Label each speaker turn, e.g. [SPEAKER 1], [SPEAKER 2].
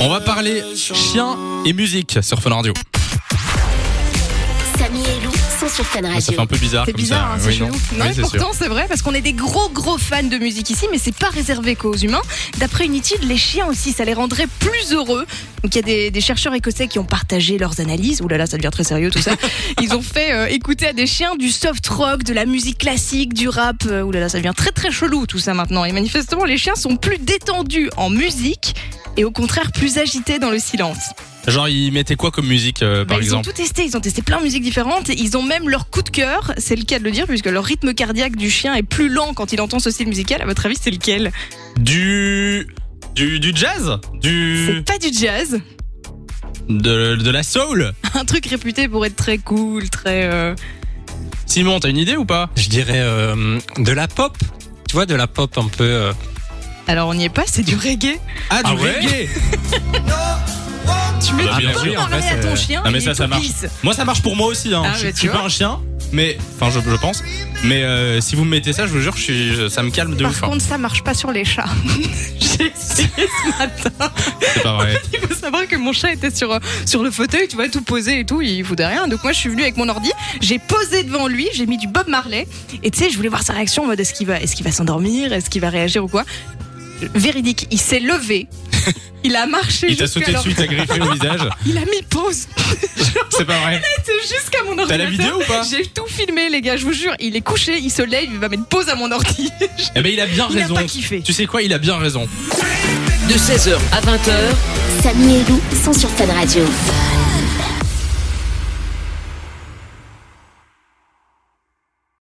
[SPEAKER 1] On va parler chiens et musique sur Fun Radio.
[SPEAKER 2] Samy et Lou sont sur Fun
[SPEAKER 1] Ah, Ça
[SPEAKER 2] Radio.
[SPEAKER 1] fait un peu bizarre
[SPEAKER 3] Ah, C'est
[SPEAKER 1] comme
[SPEAKER 3] bizarre,
[SPEAKER 1] ça.
[SPEAKER 3] hein, c'est
[SPEAKER 1] Oui,
[SPEAKER 3] chelou.
[SPEAKER 1] non
[SPEAKER 3] Non,
[SPEAKER 1] Oui,
[SPEAKER 3] mais
[SPEAKER 1] c'est sûr.
[SPEAKER 3] pourtant, c'est vrai, parce qu'on est des gros, gros fans de musique ici, mais c'est pas réservé qu'aux humains. D'après une étude, les chiens aussi, ça les rendrait plus heureux. Donc, il y a des, des chercheurs écossais qui ont partagé leurs analyses. Ouh là là, ça devient très sérieux tout ça. Ils ont fait euh, écouter à des chiens du soft rock, de la musique classique, du rap. Euh, Ouh là là, ça devient très, très chelou tout ça maintenant. Et manifestement, les chiens sont plus détendus en musique et au contraire plus agités dans le silence.
[SPEAKER 1] Genre, ils mettaient quoi comme musique, euh,
[SPEAKER 3] Bah,
[SPEAKER 1] par
[SPEAKER 3] ils ont
[SPEAKER 1] exemple
[SPEAKER 3] tout testé, ils ont testé plein de musiques différentes, et ils ont même leur coup de cœur, c'est le cas de le dire, puisque leur rythme cardiaque du chien est plus lent quand il entend ce style musical. À votre avis, c'est lequel
[SPEAKER 1] du... du. du jazz
[SPEAKER 3] C'est
[SPEAKER 1] Du.
[SPEAKER 3] pas du jazz,
[SPEAKER 1] de, de la soul
[SPEAKER 3] un truc réputé pour être très cool, très. euh,
[SPEAKER 1] Simon, t'as une idée ou pas
[SPEAKER 4] Je dirais euh, de la pop. Tu vois, de la pop un peu. euh,
[SPEAKER 3] Alors on n'y est pas, c'est du reggae.
[SPEAKER 1] Ah, du
[SPEAKER 4] Ah ouais
[SPEAKER 1] reggae
[SPEAKER 3] Tu mets
[SPEAKER 1] bah,
[SPEAKER 3] du
[SPEAKER 1] bien
[SPEAKER 3] pop
[SPEAKER 1] sûr,
[SPEAKER 3] dans
[SPEAKER 4] en fait,
[SPEAKER 3] l'oreille à ton
[SPEAKER 4] euh,
[SPEAKER 3] chien.
[SPEAKER 1] non, mais
[SPEAKER 3] et
[SPEAKER 1] ça,
[SPEAKER 3] il
[SPEAKER 1] ça
[SPEAKER 3] te
[SPEAKER 1] marche.
[SPEAKER 3] glisse.
[SPEAKER 1] Moi, ça marche pour moi aussi. Hein.
[SPEAKER 3] Ah,
[SPEAKER 1] je,
[SPEAKER 3] bah,
[SPEAKER 1] suis-
[SPEAKER 3] tu
[SPEAKER 1] je suis
[SPEAKER 3] vois.
[SPEAKER 1] pas un chien, mais. Enfin, je, je pense. Mais euh, si vous me mettez ça, je vous jure, je suis- je- ça me calme de
[SPEAKER 3] Par
[SPEAKER 1] ouf. hein.
[SPEAKER 3] contre, ça marche pas sur les chats. J'ai essayé ce matin.
[SPEAKER 1] C'est pas vrai.
[SPEAKER 3] Il faut savoir que mon chat était sur, euh, sur le fauteuil, tu vois, tout posé et tout, il foutait rien. Donc moi, je suis venue avec mon ordi, j'ai posé devant lui, j'ai mis du Bob Marley. Et tu sais, je voulais voir sa réaction en mode est-ce qu'il va, est qu'il va s'endormir, est-ce qu'il va réagir ou quoi. Véridique, il s'est levé, il a marché
[SPEAKER 1] Il t'a
[SPEAKER 3] jusqu'à
[SPEAKER 1] sauté dessus, il
[SPEAKER 3] l'ordi.
[SPEAKER 1] t'a griffé au visage.
[SPEAKER 3] Il a mis pause
[SPEAKER 1] C'est pas vrai.
[SPEAKER 3] jusqu'à mon ordi.
[SPEAKER 1] T'as la vidéo ou pas
[SPEAKER 3] J'ai tout filmé, les gars, je vous jure. Il est couché, il se lève, il va mettre pause à mon ordi.
[SPEAKER 1] Eh ben, il a bien
[SPEAKER 3] Il a
[SPEAKER 1] raison.
[SPEAKER 3] pas kiffé.
[SPEAKER 1] Tu sais quoi, il a bien raison.
[SPEAKER 5] de 16h à 20h,
[SPEAKER 2] Samy et Lou sont sur Fun Radio.